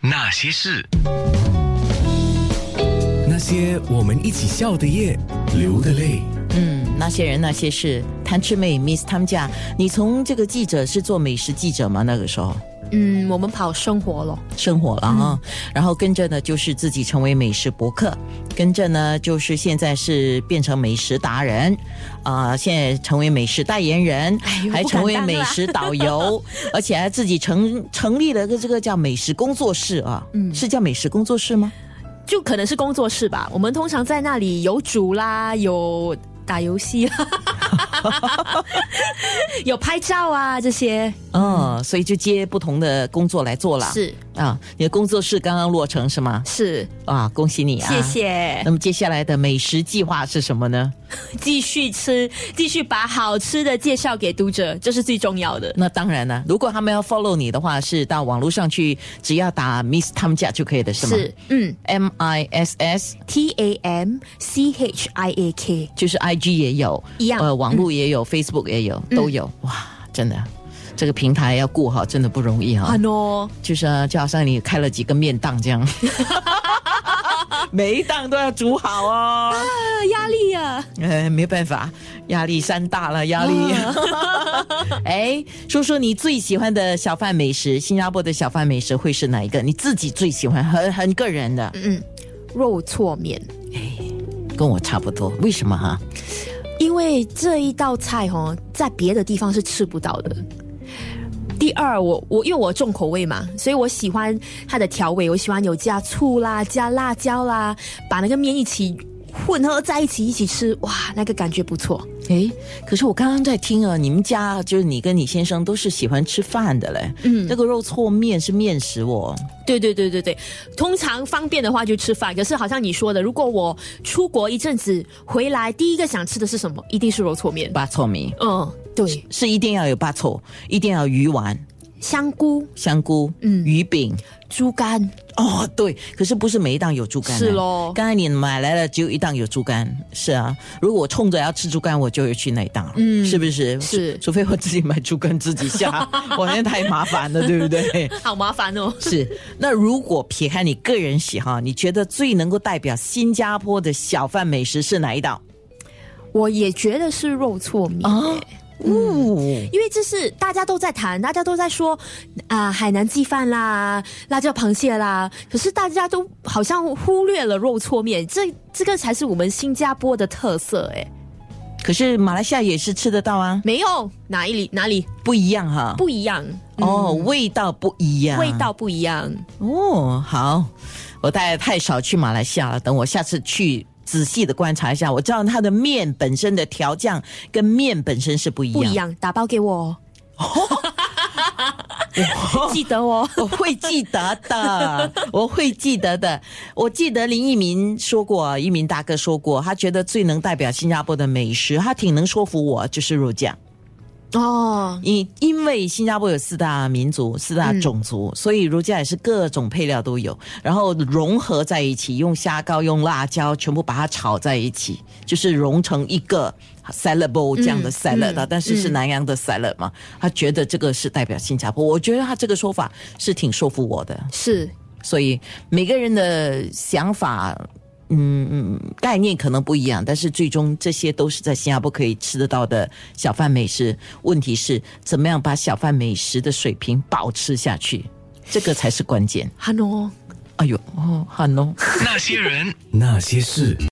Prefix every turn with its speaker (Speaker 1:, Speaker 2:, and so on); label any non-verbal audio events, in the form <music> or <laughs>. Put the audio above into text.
Speaker 1: 那些事，
Speaker 2: 那些我们一起笑的夜，流的泪。
Speaker 3: 嗯，那些人那些事，谭志妹 Miss 他们家，你从这个记者是做美食记者吗？那个时候
Speaker 4: 嗯，我们跑生活咯，
Speaker 3: 生活了
Speaker 4: 嗯
Speaker 3: 哈、然后跟着呢就是自己成为美食博客，跟着呢就是现在是变成美食达人，啊、现在成为美食代言人，
Speaker 4: 哎呦
Speaker 3: 还成为
Speaker 4: 不敢当
Speaker 3: 美
Speaker 4: 啦
Speaker 3: 食导
Speaker 4: <laughs>
Speaker 3: 游，而且还自己成成立了个这个叫美食工作室啊，嗯，是叫美食工作室吗？
Speaker 4: 就可能是工作室吧。我们通常在那里有煮啦，有打游戏啦，有拍照啊这些。
Speaker 3: 嗯，所以就接不同的工作来做了。
Speaker 4: 是
Speaker 3: 啊，你的工作室刚刚落成是吗？
Speaker 4: 是，
Speaker 3: 啊，恭喜你啊！
Speaker 4: 谢。谢
Speaker 3: 那。么接下来的美食计划是什么呢？
Speaker 4: 继续吃，继续把好吃的介绍给读者，这是最重要的。
Speaker 3: 那当然
Speaker 4: 啊
Speaker 3: 了，如果他们要 follow 你的话，是到网络上去，只要打 Miss 他们家就可以了，是吗？
Speaker 4: 是，嗯
Speaker 3: M I S S
Speaker 4: ，T A M C H I A K，
Speaker 3: 就是 I G 也有，
Speaker 4: 一样嗯
Speaker 3: 呃，网络也有、f a c e b o o k 也有，都有。哇，真的，这个平台要顾好，真的不容易哈、
Speaker 4: 啊 no，
Speaker 3: 就是、啊、就好像你开了几个面档这
Speaker 4: <laughs>
Speaker 3: 样，每一档都要煮好哦。
Speaker 4: 啊压力啊，
Speaker 3: 呃，没办法，压力山大了，压力。 <laughs> 哎，说说你最喜欢的小贩美食，新加坡的小贩美食会是哪一个？你自己最喜欢，很很个人的，
Speaker 4: 嗯，肉错面。
Speaker 3: 跟我差不多。为什么哈？
Speaker 4: 因为这一道菜哦，在别的地方是吃不到的。第二，我我因为我重口味嘛，所以我喜欢它的调味，我喜欢有加醋啦、加辣椒啦，把那个面一起混合在一起一起吃，哇，那个感觉不错。
Speaker 3: 哎，可是我刚刚在听啊，你们家就是你跟你先生都是喜欢吃饭的嘞。嗯，那个肉错面是面食哦。
Speaker 4: 对对对对对，通常方便的话就吃饭，可是好像你说的，如果我出国一阵子回来，第一个想吃的是什么？一定是肉错面。
Speaker 3: 八错米
Speaker 4: 嗯，对，
Speaker 3: 是一定要有八错，一定要鱼丸、
Speaker 4: 香菇、
Speaker 3: 香菇、
Speaker 4: 嗯
Speaker 3: 鱼饼。
Speaker 4: 猪肝，
Speaker 3: 哦，对，可是不是每一档有猪肝、啊？
Speaker 4: 是咯
Speaker 3: 刚才你买来了，只有一档有猪肝。是啊，如果我冲着要吃猪肝，我就会去那一档了。嗯，是不是？
Speaker 4: 是
Speaker 3: 除除非我自己买猪肝自己下，我那太麻烦了，对不
Speaker 4: <laughs>
Speaker 3: 对？
Speaker 4: 好麻烦哦。
Speaker 3: 是。那如果撇开你个人喜好，你觉得最能够代表新加坡的小贩美食是哪一档？
Speaker 4: 我也觉得是肉错面、
Speaker 3: 啊嗯，
Speaker 4: 因为这是大家都在谈，大家都在说啊、海南鸡饭啦、辣椒螃蟹啦，可是大家都好像忽略了肉错面，这这个才是我们新加坡的特色哎、
Speaker 3: 可是马来西亚也是吃得到啊，
Speaker 4: 没有哪一里哪里
Speaker 3: 不一样哈。
Speaker 4: 不一样，
Speaker 3: 哦，味道不一样，
Speaker 4: 味道不啊一样，
Speaker 3: 哦，好，我太太少去马来西亚了，等我下次去仔细的观察一下。我知道它的面本身的调酱跟面本身是不一样，
Speaker 4: 不一样，打包给我哦。 <laughs> 记得哦，
Speaker 3: 我会记得的， <laughs> 我会记得的。我记得林一民说过，一民大哥说过，他觉得最能代表新加坡的美食，他挺能说服我，就是肉酱。
Speaker 4: 哦，
Speaker 3: 因因为新加坡有四大民族、四大种族，所以儒家也是各种配料都有，然后融合在一起，用虾膏、用辣椒，全部把它炒在一起，就是融成一个 salad bowl 这样的 salad 啊、但是是南洋的 salad 嘛。他觉得这个是代表新加坡，我觉得他这个说法是挺说服我的，
Speaker 4: 是
Speaker 3: 所以每个人的想法。嗯嗯，概念可能不一样，但是最终这些都是在新加坡可以吃得到的小贩美食。问题是怎么样把小贩美食的水平保持下去，这个才是关键。
Speaker 4: 哈喏。
Speaker 3: 哎呦，哦，好浓。
Speaker 1: 那些人。
Speaker 2: 那些事。